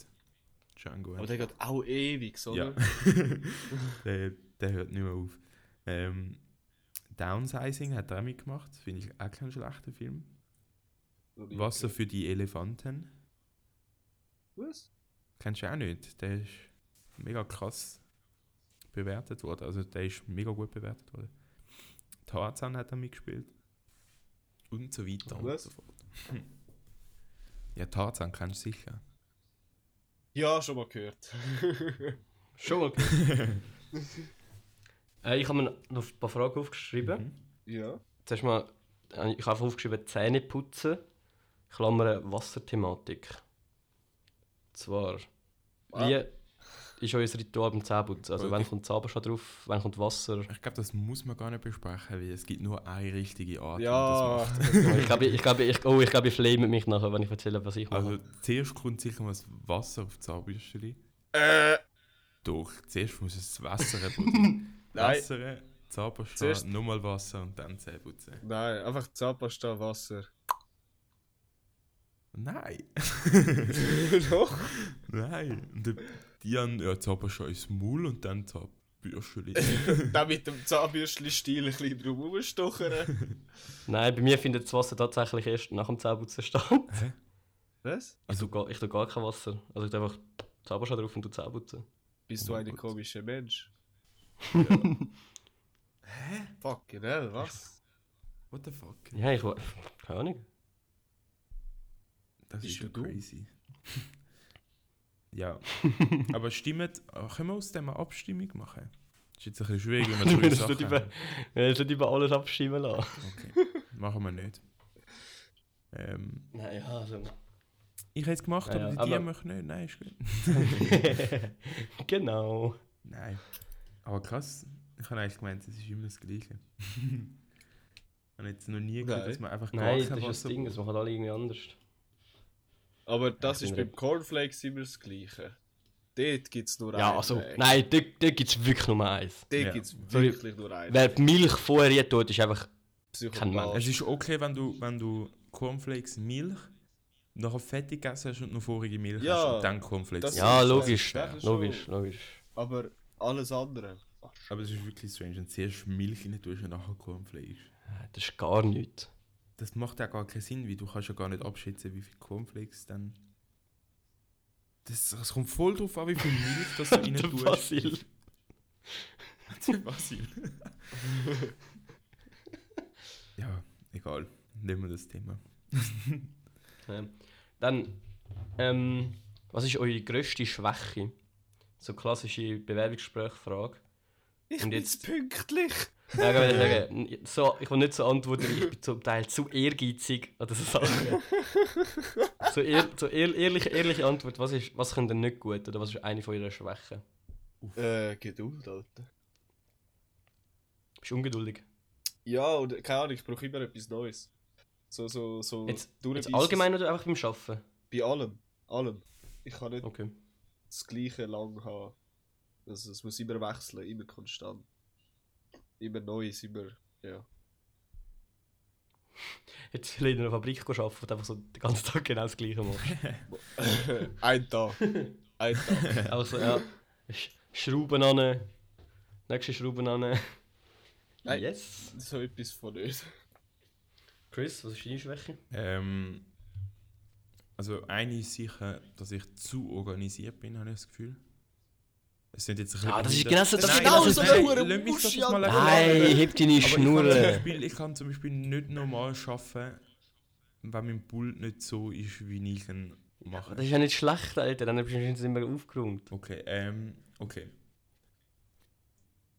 Django
Aber der geht auch ewig,
Ja.
oder?
[laughs] der, der hört nicht mehr auf. Ähm, Downsizing hat er auch mitgemacht, finde ich auch kein schlechter Film.
Noch nie
Wasser
gehört.
für die Elefanten,
Was?
kennst du auch nicht. Der ist mega krass bewertet worden, also der ist mega gut bewertet worden. Die Tarzan hat er mitgespielt. Und so weiter und
Was?
so fort. Ja, Tarzan kannst du sicher.
Ja, schon mal gehört. [laughs]
Schon mal gehört. [laughs] äh, ich habe mir noch ein paar Fragen aufgeschrieben.
ja.
Zuerst mal, äh, ich habe einfach aufgeschrieben, Zähne putzen, Klammern Wasserthematik. Zwar, wie ist euer Ritual beim Zähneputzen? Also, wann kommt Zauberschaden drauf, wann kommt Wasser? [laughs]
Ich glaube, das muss man gar nicht besprechen, weil es gibt nur eine richtige Art, wie man das
Ja.
macht.
ich glaube, ich, glaube, ich, oh, ich, glaube, ich flamet mich nachher, wenn ich erzähle, was ich mache.
Also zuerst kommt sicher mal das Wasser auf die Zauberstelle.
[laughs] äh,
Doch, zuerst muss es das Wasser putzen. [laughs]
Nein.
Wasser,
Zuerst-
Zauberstab, nochmal Wasser und dann Zähne putzen.
nein, einfach Zahnpasta, Wasser. [laughs]
Nein,
Doch?
[laughs] nein. Und dann- die haben ja Zauberstab ins Maul und dann [laughs] Zauberstab.
Dann mit dem Zahnbürstchen-Stiel ein bisschen drum rumstochern.
Nein, bei mir findet das Wasser tatsächlich erst nach dem Zähneputzen statt.
Was?
Ich tue gar, ich tue gar kein Wasser. Also, ich tue einfach Zauberschaden drauf und tue Zähneputzen.
Bist du
Oh
Ja,
ein
gut.
[laughs]
komischer Mensch? Hä? Fucking hell, was?
What the fuck?
Ja, ich. we- Keine Ahnung.
Das
Bist
ist
du
ja
dumm?
crazy. [laughs] ja. Aber stimmt, ah, können wir aus dem eine Abstimmung machen? Ist jetzt ein bisschen schwierig, [laughs] wenn wir drei
Das wird
Sachen
über,
haben.
das wird über alles abschieben lassen.
Okay, machen wir nicht. Ähm,
Nein, ja, also. [laughs]
ich hätte es gemacht,
Ja, ja,
aber die
aber-
aber... möchten nicht. Nein, ist gut.
genau.
Nein. Aber krass, ich habe eigentlich gemeint, es ist immer das [laughs] Gleiche. Ich habe jetzt noch nie gehört,
Nein.
dass man einfach
Nein, das
kein
ist das
Wasser
Ding, das
braucht.
machen alle irgendwie anders.
Aber das
Ich
ist
bin
beim Cornflakes immer das Gleiche. Dort gibt es nur
Ja,
einen
also,
Weg.
nein, dort, dort gibt es wirklich nur eins.
Dort
Ja.
gibt es
Sorry.
wirklich nur einen.
Wer die Milch vorher tut, ist einfach. kein Mensch.
Es ist okay, wenn du, wenn du Cornflakes, Milch, nachher Fettig gegessen hast und noch vorige Milch
Ja,
hast und dann Cornflakes.
das-
isst.
Ja,
ist-
logisch.
das ist
Logisch,
schon-
logisch.
Aber alles andere. [laughs]
Aber es ist wirklich strange, wenn du zuerst Milch rein tust und nachher Cornflakes.
Nein, Das ist gar nichts.
Das macht ja gar keinen Sinn, weil du kannst ja gar nicht abschätzen, wie viel Cornflakes dann... Das, das kommt voll drauf an, wie viel Milch
[laughs]
das du rein
Der
tust.
Basil.
Der Basil. ja, egal. Nehmen wir das Thema.
Ähm, Dann, ähm, was ist eure grösste Schwäche? So klassische Bewerbungsgesprächfrage.
Ich
Und
bin
jetzt-
pünktlich.
Ja, ich will sagen, so, ich will nicht so antworten, wie ich bin zum Teil zu ehrgeizig oder so
[laughs]
Sachen. so ehr, so ehr, ehrliche, ehrliche Antwort, was, ist, was könnt ihr nicht gut oder was ist eine von eurer Schwächen?
Äh, Geduld, Alter.
Bist du ungeduldig?
Ja, und keine Ahnung, ich brauche immer etwas Neues. So, so, so.
Jetzt, jetzt
durchbeissen.
allgemein oder einfach beim Arbeiten?
Bei allem. Allem. Ich kann nicht
Okay.
das gleiche lang haben. Also, es muss immer wechseln, immer konstant. Immer Neues, immer. [laughs] Ja.
Jetzt will ich in einer Fabrik arbeiten und einfach so den ganzen Tag genau das Gleiche machen.
Ein
[laughs]
Tag. Ein Tag.
einfach so, ja. Also, Sch Schrauben an, nächste Schrauben an.
Nein.
Yes.
So etwas von nicht.
Chris, was ist deine Schwäche?
Ähm, also eine ist sicher, dass ich zu organisiert bin, habe ich das Gefühl. Es sind jetzt ein
Ah,
bisschen
das ist
behindert-
genau so- das ist
Nein,
genau
nein,
so
nein,
eine
lass mich das
Uschi
jetzt mal
an-
erklären.
Nein, heb deine
Aber ich kann, zum
Schnurre.
Beispiel, ich kann zum Beispiel nicht normal arbeiten, wenn mein Pult nicht so ist, wie ich ihn mache.
Das ist ja nicht schlecht, Alter. Dann bist du nicht immer aufgeräumt.
Okay, ähm, okay.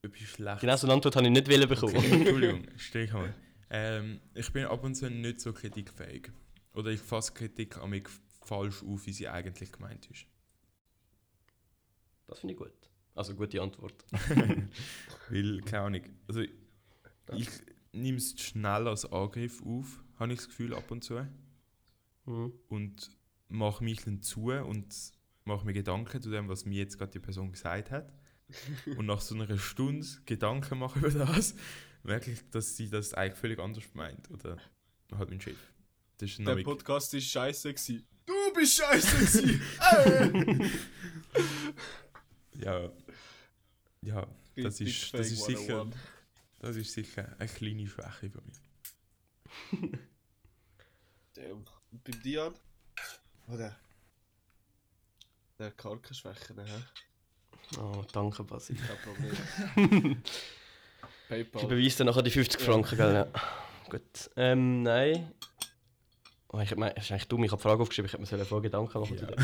Etwas schlecht.
Genau so eine Antwort habe ich nicht wollen bekommen.
Okay, Entschuldigung, strich mal. Ähm, ich bin ab und zu nicht so kritikfähig. Oder ich fasse Kritik an mich falsch auf, wie sie eigentlich gemeint ist.
Das finde ich gut. Also gute Antwort.
Weil, keine Ahnung. Also, ich nehme es schnell als Angriff auf, habe ich das Gefühl ab und zu.
Mhm.
und mache mich dann zu und mache mir Gedanken zu dem, was mir jetzt gerade die Person gesagt [laughs] hat. Und nach so einer Stunde Gedanken machen über das, merke ich, dass sie das eigentlich völlig anders meint. Oder halt mein Chef. Das ist
Der
nämlich,
Podcast ist scheiße gewesen. Du bist scheiße [laughs] gewesen!
ja, ja das, ist, das, ist sicher,
101.
das ist sicher eine kleine Schwäche von mir.
Damn. Und beim Dian? Oder? Der hat gar keine Schwächen, hä?
Oh, danke, Basil.
[laughs]
Kein Problem.
Ich
PayPal.
überweise dir nachher die 50 Franken, gell? Ja. Gut. Ähm, nein. Oh, ich, mein, ist eigentlich dumm, ich habe die Frage aufgeschrieben, ich hätte mir selber vorher Gedanken machen sollen.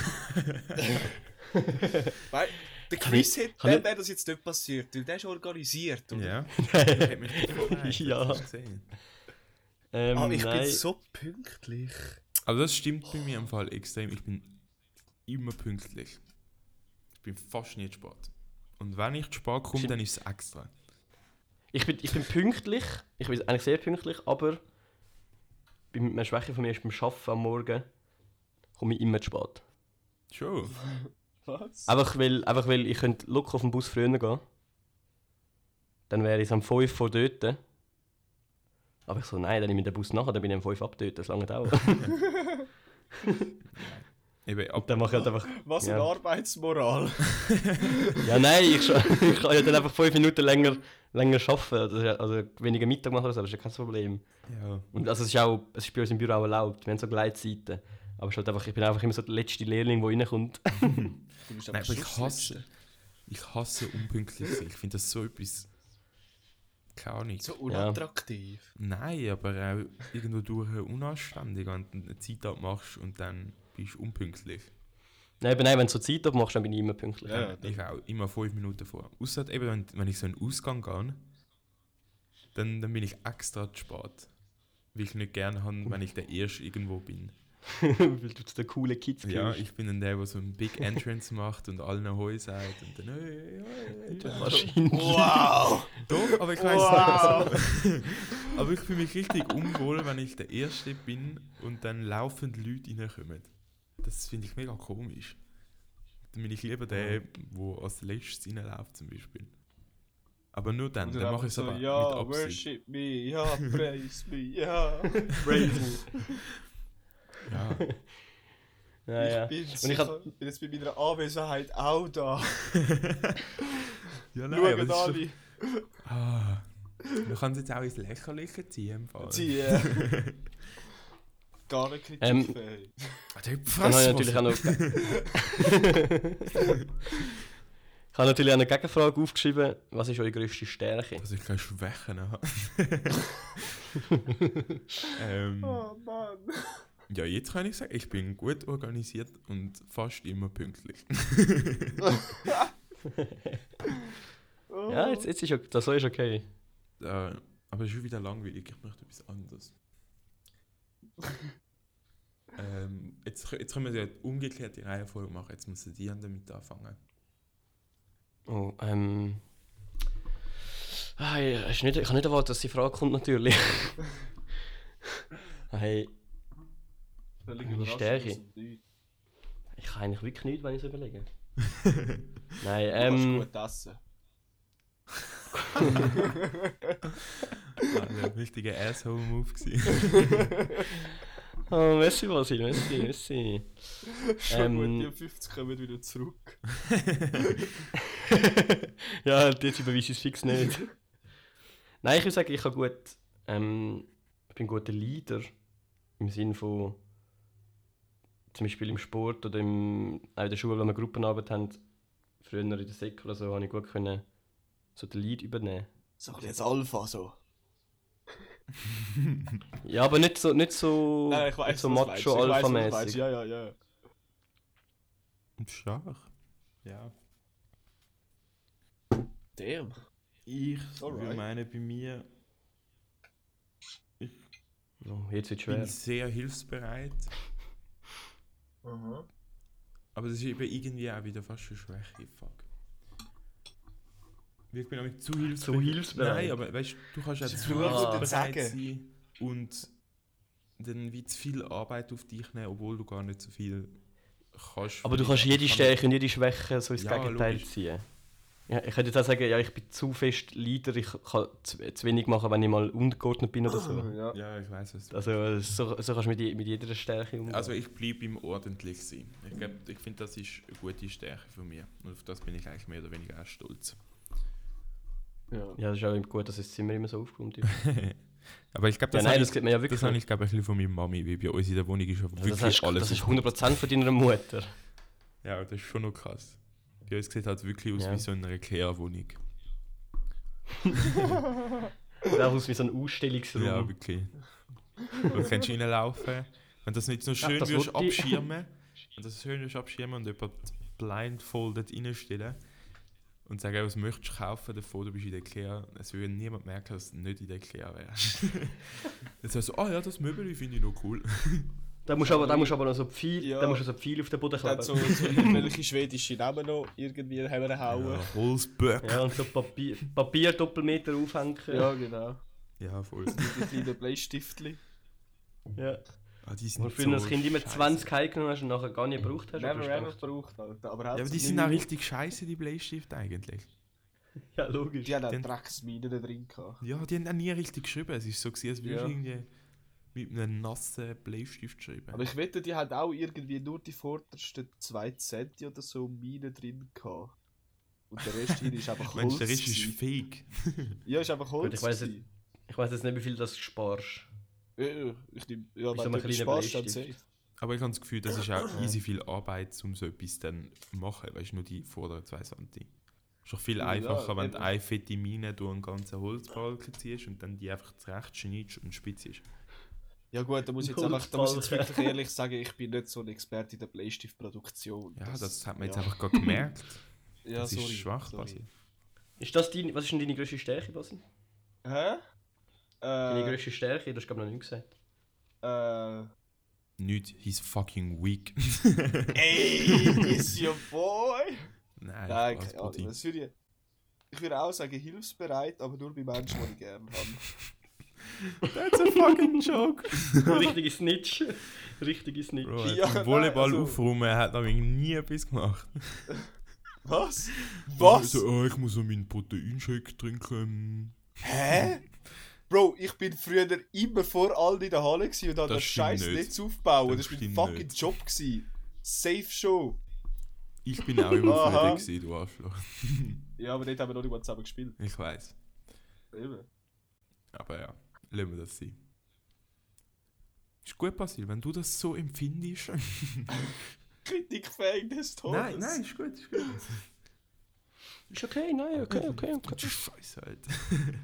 Nein, der Chris
ich-
hätte,
kann
dem
ich-
wäre das jetzt nicht passiert, weil der ist organisiert. Oder?
[laughs] Ja. Ich hab
[laughs]
mich [laughs] gefreut,
Ja.
dass ich's gesehen habe.
Ähm,
Ah, ich
nein.
bin so pünktlich.
Aber Also das stimmt bei mir im Fall extrem. Ich bin immer pünktlich. Ich bin fast nie zu spät. Und wenn ich zu spät komme,
Stimmt.
dann ist es extra.
Ich bin, ich bin pünktlich, ich bin eigentlich sehr pünktlich, aber bei meiner Schwäche von mir ist beim Arbeiten am Morgen komme ich immer zu spät.
Schon.
Was?
Einfach weil, einfach weil ich könnte locker auf den Bus früher gehen. Dann wäre ich am 5 vor dort. Aber ich so, nein, dann nehme ich den Bus nachher, dann bin ich am 5 ab dort, das lange [laughs] dauert.
Eben, ab
dann mache ich halt einfach...
Was
Ja.
eine [laughs] Arbeitsmoral.
Ja, nein, ich, scha- [laughs] ich kann ja dann einfach 5 Minuten länger, länger arbeiten. Also, also weniger Mittag machen oder so, das ist ja kein Problem.
ja.
Und also es ist auch, es ist bei uns im Büro auch erlaubt, wir haben so Gleitzeiten. Aber es ist halt einfach, ich bin einfach immer so der letzte Lehrling, der
[laughs]
reinkommt.
Du bist
Nein, aber
schon
ich
das
hasse.
Letzte.
Ich hasse unpünktlich sein. Ich finde das so etwas. Keine Ahnung.
So unattraktiv.
Nein, aber auch irgendwo durch unanständig, wenn du eine Zeit abmachst und dann bist du unpünktlich.
nein, aber nein, wenn du so Zeit abmachst, dann bin ich immer pünktlich.
Ja, ja,
Ich auch immer fünf Minuten vor. Außer eben, wenn, wenn ich so einen Ausgang gehe, dann, dann bin ich extra zu spät. Weil ich nicht gerne habe, wenn ich der Erste irgendwo bin.
[laughs] Weil du zu den coolen Kids
Ja,
gehörst.
ich bin dann der, der so einen Big Entrance macht und allen Ahoi sagt und dann hey, hey, hey,
Wahrscheinlich.
Wow!
Doch, aber ich weiß
Wow!
Aber ich fühle mich richtig unwohl, wenn ich der Erste bin und dann laufend Leute reinkommen. Das finde ich mega komisch. Dann bin ich lieber der, der als letztes reinläuft zum Beispiel. Aber nur dann, dann mache ich es aber mit
Ja,
Absicht.
worship me,
[laughs]
ja, praise me, ja. [laughs]
Ja,
[laughs] Ja, ja.
Ich bin,
Und ich
sicher,
hab,
bin jetzt bei meiner Anwesenheit auch da. [laughs]
ja nein, aber
Schauen
das ist
alle.
schon- ah, Man kann es jetzt auch ins Lächerliche ziehen im Fall.
Sie, äh, [laughs]
[laughs]
Gar nicht kritikfähig.
Ah,
dann
der
habe
Fresse,
ich natürlich auch noch...
[laughs]
ich habe natürlich auch eine Gegenfrage aufgeschrieben. Was ist eure grösste Stärke?
Dass ich keine
[laughs]
Schwächen habe. [laughs] ähm,
Oh Mann.
Ja, jetzt kann ich sagen, ich bin gut organisiert und fast immer pünktlich.
Oh.
Ja, jetzt, jetzt ist okay. Das so ist okay.
äh, aber schon wieder langweilig, ich möchte etwas anderes. ähm, jetzt, kö- jetzt können wir ja umgekehrt die Reihenfolge machen, jetzt müssen die anderen damit anfangen.
Oh, ähm... Ah, ich, ist nicht, ich habe nicht erwartet, dass die Frage kommt,
[laughs]
natürlich. hey,
Völlig
Meine
überraschend
Stärke.
aus dem Nichts.
ich kann eigentlich wirklich nichts, wenn ich es
[laughs]
überlege. Nein,
Du kannst
ähm...
gut essen.
Das war ein richtiger Asshole-Move. gewesen.
Oh, merci, Basil, merci, merci.
[laughs] [laughs] Schon
Ähm.
gut, die 50 kommen wieder zurück.
ja, jetzt überweise ich es fix
[laughs]
nicht. Nein, ich würde sagen, ich, kann gut, ähm, ich bin ein guter Leader. Im Sinne von zum Beispiel im Sport oder im, auch in der Schule, wenn wir Gruppenarbeit haben, früher in der Sek oder so, habe ich gut können, so den Lead übernehmen.
So ein bisschen als Alpha so.
Ja, aber nicht so, nicht so,
Nein, ich
nicht
weiß,
so
was du meinst. Ich weiss, was du meinst.
macho-alpha-mäßig.
Ja, ja, ja.
Und Stark. Ja.
Damn.
Ich
Alright.
meine, bei mir
Oh, jetzt wird
bin
schwer.
ich sehr hilfsbereit,
Mhm.
aber das ist eben irgendwie auch wieder fast eine Schwäche. Fuck. Ich bin nämlich zu hilfsbereit.
Zu hilfsbereit.
Nein, aber weißt du, du kannst auch
Das ist
zu
gut,
ah,
das
bereit
sagen.
sein und dann wie zu viel Arbeit auf dich nehmen, obwohl du gar nicht so viel kannst.
Aber du
für
kannst
dich.
jede
Ich kann
Stärke und jede Schwäche so ins
Ja,
Gegenteil
logisch.
ziehen. Ja, ich könnte jetzt auch sagen, ja, ich bin zu fest Leader, ich kann zu, zu wenig machen, wenn ich mal untergeordnet bin oder
[clears throat]
so.
Ja.
nicht- Ja, ich weiß es.
Also äh, so, so kannst du mit, je- mit jeder Stärke um. umgehen.
Also ich bleibe im ordentlich sein. Ich, glaub, ich finde, das ist eine gute Stärke von mir. Und auf das bin ich eigentlich mehr oder weniger auch stolz.
ja.
ja, das ist auch eben gut, dass das Zimmer immer so
[laughs]
aufgeräumt Also, ist.
Aber ich glaube,
ja,
das,
nein,
habe
das
ich,
sieht man ja wirklich
das habe
nicht.
ich glaube ich ein bisschen von meiner Mami, weil bei uns in der Wohnung ist ja
Also
wirklich
das, hast,
alles.
das ist
auf-
100% von deiner Mutter.
ja, das ist schon noch krass. Bei uns sieht halt wirklich aus
Ja.
wie so eine Ikea-Wohnung.
Oder auch aus wie so einem Ausstellungsraum.
Ja, wirklich. Du kannst reinlaufen. Wenn das nicht so schön
das
würdest
wollte ich.
abschirmen, wenn das schön würdest abschirmen und jemand blindfolded reinstellen und sagen, was möchtest du kaufen davon, du bist in der Ikea, es würde niemand merken, dass du nicht in der
[laughs]
Ikea wärst. Dann sagst du, ah ja, das Möbel finde ich noch cool.
Da musst du aber, da musst du aber noch so viel,
Ja.
da musst du so viel auf den Boden
Dann
kleben.
so, so irgendwelche schwedische Namen noch irgendwie herhauen.
Ja, Holzböck.
Ja, und so Papier, Papier Doppelmeter aufhängen.
Ja. genau.
Ja, voll.
Die kleinen Bleistiftli.
Ja.
Ah, die sind
Wofür du als
so
Kind immer
scheisse.
20 heimgenommen hast und nachher gar nicht gebraucht hast.
Never
aber
ever
hast gedacht,
gebraucht, Alter. Aber
Ja, aber die sind auch richtig scheiße, die Bleistifte eigentlich.
Ja, logisch.
Die haben auch
Den-
Drecksminen drin gehabt.
Ja, die haben auch nie richtig geschrieben. Es ist so, gewesen, als würdest du
Ja.
irgendwie mit einem nassen Bleistift schreiben.
Aber ich wette, die haben auch irgendwie nur die vordersten 2 Cent oder so Minen drin gehabt. Und der Rest hin ist [laughs] einfach Holz.
Mensch, der Rest ist
gewesen.
fake.
Ja, ist einfach Holz.
Gut, ich weiss
gewesen.
nicht. Ich weiß jetzt nicht, wie viel das sparst.
Ja, ja, ich nehme. Ja,
Ist
wenn
aber
du
ein kleiner
Spaß dann
Bleistift.
safe.
Aber ich habe das Gefühl, das ist auch easy viel Arbeit, um so etwas dann zu machen. Weißt du, nur die vorderen zwei Santi. Ist doch viel
Ja,
einfacher, wenn du
eben.
eine fette Mine durch einen ganzen Holzbalken ziehst und dann die einfach zurecht schneidest und spitz ist.
Ja gut, da muss ich jetzt einfach, da muss ich jetzt
Holzbalken.
wirklich ehrlich sagen, ich bin nicht so ein Experte in der Bleistiftproduktion.
Ja, das, hat man jetzt
ja.
einfach gerade gemerkt.
[laughs] Ja,
Das ist
sorry,
schwach
sorry.
passiert.
Ist das deine, was ist denn deine grösste Stärke, Basil?
Hä?
Deine
Äh,
grösste Stärke, das hast du glaub ich, noch nicht gesagt.
äh,
Nicht, he's fucking weak. [laughs]
ey, [laughs] is your boy?
Nein,
Nein,
Spaß,
keine Ahnung.
Putin.
Das würde ich, ich würde auch sagen, hilfsbereit, aber nur bei Menschen, die ich gerne
[laughs]
habe.
That's a fucking joke.
[laughs] Richtige Snitch. Richtige Snitch.
Bro, er
Ja,
hat
nein,
den Volleyball
also-
aufräumen, er hat noch nie etwas gemacht.
Was? Was?
So, oh, ich muss so meinen Proteinshake trinken.
Hä? Bro, ich bin früher immer vor allen in der Halle gewesen und habe
Das
das,
stimmt
Scheiß
nicht.
Netz aufgebaut.
Das
Das, war mein
stimmt
fucking
nicht.
Job. Gewesen. Safe Show.
Ich bin auch immer
Aha.
früher gewesen, du Arschloch.
Ja, aber dort haben wir noch nicht mal zusammen gespielt.
Ich weiß.
Eben.
Aber ja, lassen wir das sein. Ist gut, Basil, wenn du das so empfindest.
Kritikfähig des Todes.
nein, nein, ist gut, ist gut.
Ist okay, nein, okay, okay, okay.
Das ist scheiße, Alter. [laughs]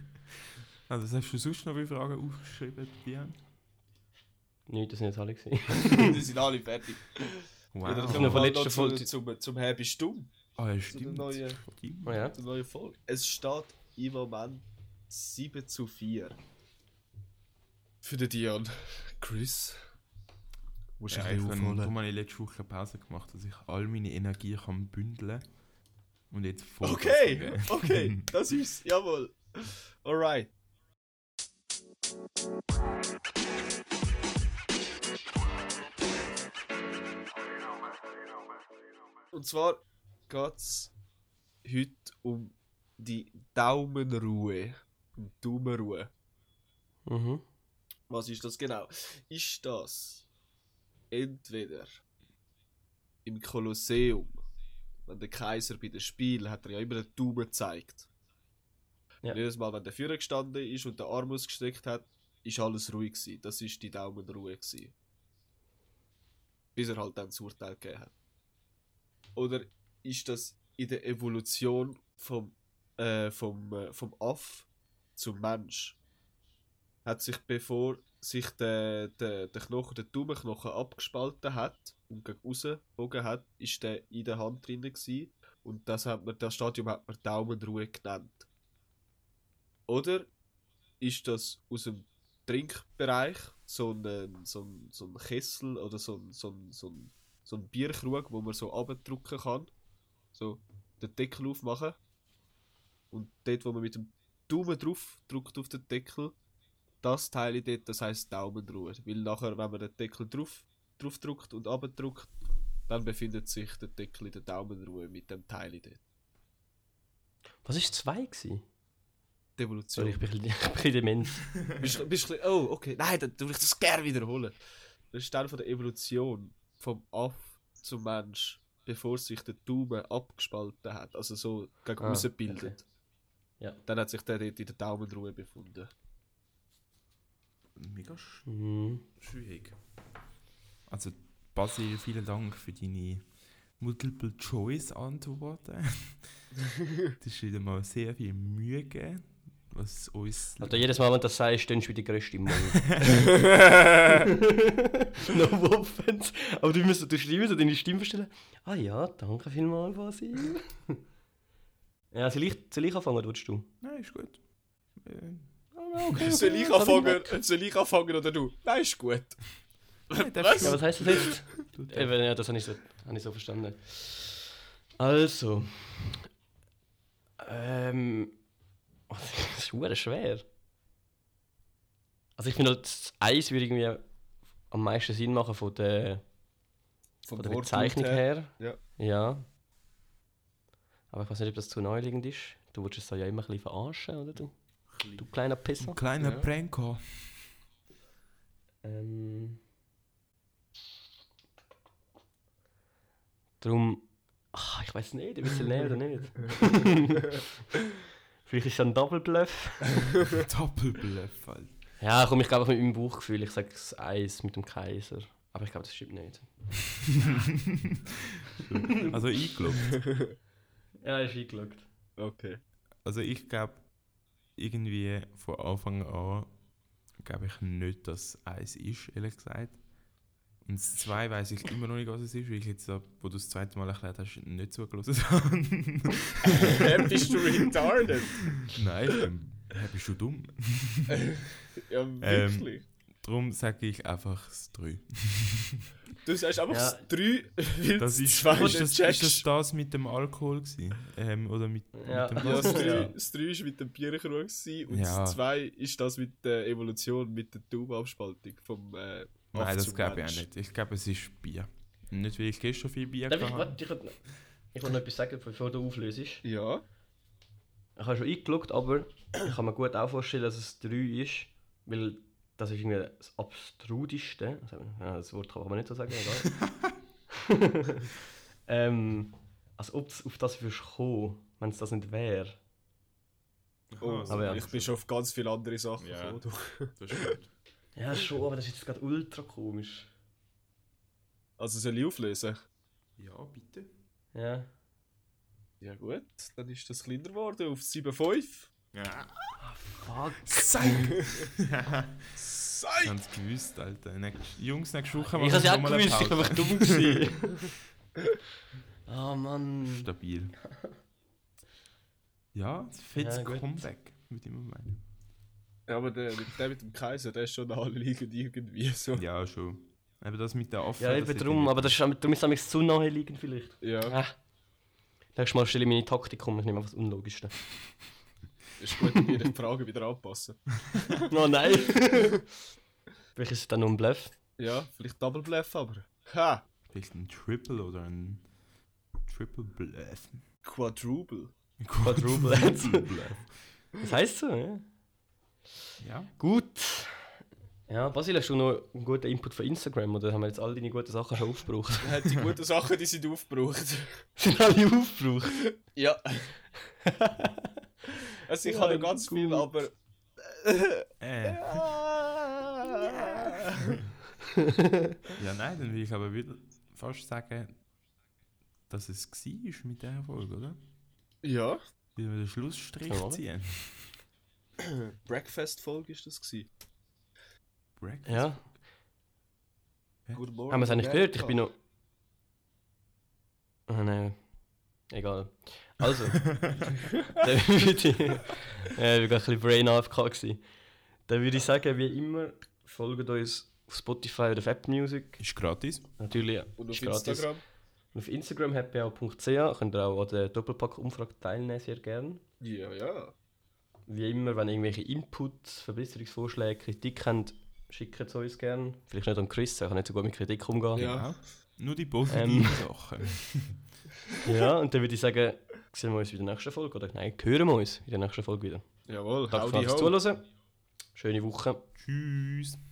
Also, was hast du sonst noch für Fragen aufgeschrieben, Dian?
Nein, das sind jetzt alle gesehen.
[laughs] Die sind alle fertig. Ja, dann
das
kommen
noch von
Wow.
wir noch
letzter
zu,
Folge.
zum, zum Herr bist du.
Ah, ja,
der
stimmt.
neuen-
Stimmt.
Oh ja.
Zur neuen Folge. Es steht im Moment 7 zu 4. Für den Dion. Chris. Musst
Ja, ich habe darum habe ich letzte Woche Pause gemacht, dass ich all meine Energie kann bündeln und jetzt voll.
Okay, [laughs] okay, das ist jawohl. Alright. Und zwar geht es heute um die Daumenruhe. Um die Daumenruhe.
Mhm.
Was ist das genau? Ist das entweder im Kolosseum, wenn der Kaiser bei den Spielen hat er ja immer den Daumen gezeigt.
Ja.
Und Jedes Mal, wenn der Führer gestanden ist und den Arm ausgestreckt hat, ist alles ruhig gewesen. Das ist die Daumenruhe gewesen. Bis er halt dann das Urteil gegeben hat. Oder ist das in der Evolution vom, äh, vom, äh, vom Aff zum Mensch? hat sich bevor sich der, der, der Knochen, der Daumenknochen abgespalten hat und gegen aussen gebogen hat, ist der in der Hand drin gewesen. und das hat man, das Stadium hat man Daumenruhe genannt. Oder ist das aus dem Trinkbereich so ein, ähm, so ein, so ein Kessel oder so ein, so ein, so ein, so ein Bierkrug, wo man so abdrucken kann, so den Deckel aufmachen und dort, wo man mit dem Daumen drauf drückt auf den Deckel, das Teil dort, das heisst Daumenruhe. Weil nachher, wenn man den Deckel drauf, drauf drückt und abdruckt, dann befindet sich der Deckel in der Daumenruhe mit dem Teil dort.
Was war 2 gewesen?
Die Evolution.
Sorry, ich bin ein bisschen- ich bin [laughs] ein bisschen dement.
bist, bist, bist, oh, okay. Nein, dann würde ich das gerne wiederholen. Das ist Teil von der Evolution vom Aff zum Mensch, bevor sich der Daumen abgespalten hat, also so gegen
Ah,
ah, bildet.
Ja.
Dann hat sich der dort in der Daumenruhe befunden.
Mega sch-
Mhm.
schwierig. Also, Basil, vielen Dank für deine Multiple Choice Antworten. Das ist wieder mal sehr viel Mühe gegeben, was uns.
Also jedes Mal, wenn du das sagst, stehst du wie der größte Mann.
[laughs]
no offense. Aber du müsstest du schreiben, so deine Stimme verstellen. Ah ja, danke vielmals, Basil. ja, soll ich, soll ich anfangen, oder willst du?
Nein, ist gut. Äh,
Soll ich anfangen? Soll ich anfangen oder du? Nein, ist gut.
nein, darfst
Ja,
du-
was heisst das jetzt? Eben, ja, Äh, das habe ich, so, habe ich so verstanden. Also. Ähm. [laughs] Das ist hure schwer. Also ich finde halt, das Eis würde irgendwie am meisten Sinn machen von der,
Vom
von der
Wortlaut
Bezeichnung her.
Ja.
Ja. Aber ich weiß nicht, ob das zu naheliegend ist. Du würdest es da ja immer ein bisschen verarschen, oder du? Du kleiner Pisser.
Ein kleiner
Ja.
Pranko.
Ähm. Drum. Ach, ah, ich weiß nicht, ein bisschen näher oder nicht. Vielleicht ist es ein Doppelbluff.
Doppelbluff, Alter.
Ja, komm, ich glaube mit meinem Bauchgefühl. Ich sage das Eis mit dem Kaiser. Aber ich glaube, das stimmt nicht.
Also eingeloggt.
Ja, ist eingeloggt.
Okay.
Also ich glaube, irgendwie von Anfang an glaube ich nicht, dass Eis ist, ehrlich gesagt. Und das zwei weiß ich immer noch nicht, was es ist, weil ich jetzt, ab- wo du das zweite Mal erklärt hast, nicht zugelassen [laughs] habe.
Hä, bist du retarded? [laughs]
Nein, ähm, hä, bist du dumm?
Ja,
Ähm,
wirklich.
Darum sage ich einfach das 3.
Du sagst einfach
Ja.
das 3, [laughs] weil
Das ist,
zwei
ist, das,
nicht
ist das
checkst.
das mit dem Alkohol gewesen? Ähm, oder mit,
Ja.
mit dem
Ja, das
Wasser?
3
Ja.
war mit dem Bierkrug gewesen und
Ja.
das 2 ist das mit der Evolution, mit der Taubenabspaltung vom äh,
Nein,
Aff
das
zum
glaube ich auch
Mensch.
nicht. Ich glaube, es ist Bier. Nicht, weil ich gestern viel Bier
Darf
gehabt
ich,
habe.
warte, ich wollte noch- ich wollte noch etwas sagen, bevor du auflöst.
Ja,
Ich habe schon eingeloggt, aber ich kann mir gut auch vorstellen, dass es 3 ist, weil das ist irgendwie das Abstrudeste. Also, ja, das Wort kann man nicht so [laughs] sagen, egal. [laughs] ähm, als ob es auf das würdest kommen, wenn es das nicht wäre.
oh,
Aber ja.
ich bin schon auf ganz viele andere Sachen
Ja.
gekommen. du.
Das stimmt.
Ja, schon, aber das ist jetzt gerade ultra komisch.
Also soll ich auflösen?
Ja, bitte.
Ja.
Ja gut, dann ist das kleiner geworden auf 7,5.
Fuck.
Zeig! [laughs]
Sei!
Ganz gewusst, Alter. Nächste- Jungs, nächste Woche
Ich hab's ja auch
nochmal eine
gewusst, ich bin
Pause.
einfach dumm gewesen. [laughs] Ah Mann.
Stabil. Ja, ein fettes
Ja, gut.
Comeback, würde ich mal meinen.
Ja, aber der, der mit dem Kaiser, der ist schon naheliegend irgendwie so.
Ja, schon. Aber das mit der Affen...
Ja,
das
eben
hätte
drum,
ich-
aber das ist, darum ist es nämlich zu naheliegend vielleicht.
Ja,
Ah. Nächstes Mal stelle ich meine Taktik um, ich nehme einfach das Unlogischste.
ist gut, wenn wir die Frage wieder anpassen.
Oh nein! [laughs] Vielleicht ist es dann nur ein Bluff.
Ja, vielleicht Double Bluff, aber. Ha!
Vielleicht ein Triple oder ein... Triple [laughs] Bluff.
Quadruple.
Quadruple.
Bluff.
Das heisst so, ja.
Ja.
Gut. Ja, Basil, hast du noch einen guten Input von Instagram oder haben wir jetzt all deine guten Sachen schon aufgebraucht?
Hat die guten Sachen, die sind aufgebraucht.
[laughs] Sind alle aufgebraucht?
Ja. also ich
Ja,
habe noch ganz
gut.
viel, aber.
Äh. Ja, nein, dann will ich aber wieder fast sagen, dass es war mit dieser Folge, oder?
Ja.
Wie wir den Schlussstrich
Ja.
ziehen.
Breakfast-Folge ist das gewesen.
Breakfast.
[laughs] Ja.
Guten Morgen.
Haben wir es eigentlich gehört? Ich
Amerika.
bin noch. Ah, nein. Egal.
[laughs]
Also. [laughs] dann würde ich. Ja, ich war gerade ein bisschen Brain AFK. gewesen. Dann würde ich sagen, wie immer, folgt uns auf Spotify oder auf App Music.
Ist gratis.
Natürlich.
Und auf
ist gratis.
Instagram.
Und auf Instagram happyhour.ch könnt ihr auch an der Doppelpack-Umfrage teilnehmen, sehr gern.
Ja, ja.
Wie immer, wenn ihr irgendwelche Inputs, Verbesserungsvorschläge, Kritik habt, schickt es uns gern. Vielleicht nicht an Chris, er kann nicht so gut mit Kritik umgehen.
Ja.
Ja. Nur die positiven
Ähm.
Sachen.
[laughs] Ja, und dann würde ich sagen, sehen wir uns wieder in der nächsten Folge. Oder nein, hören wir uns in der nächsten Folge wieder.
Jawohl,
Danke fürs
howdy ho.
Zuhören. Schöne Woche.
Tschüss.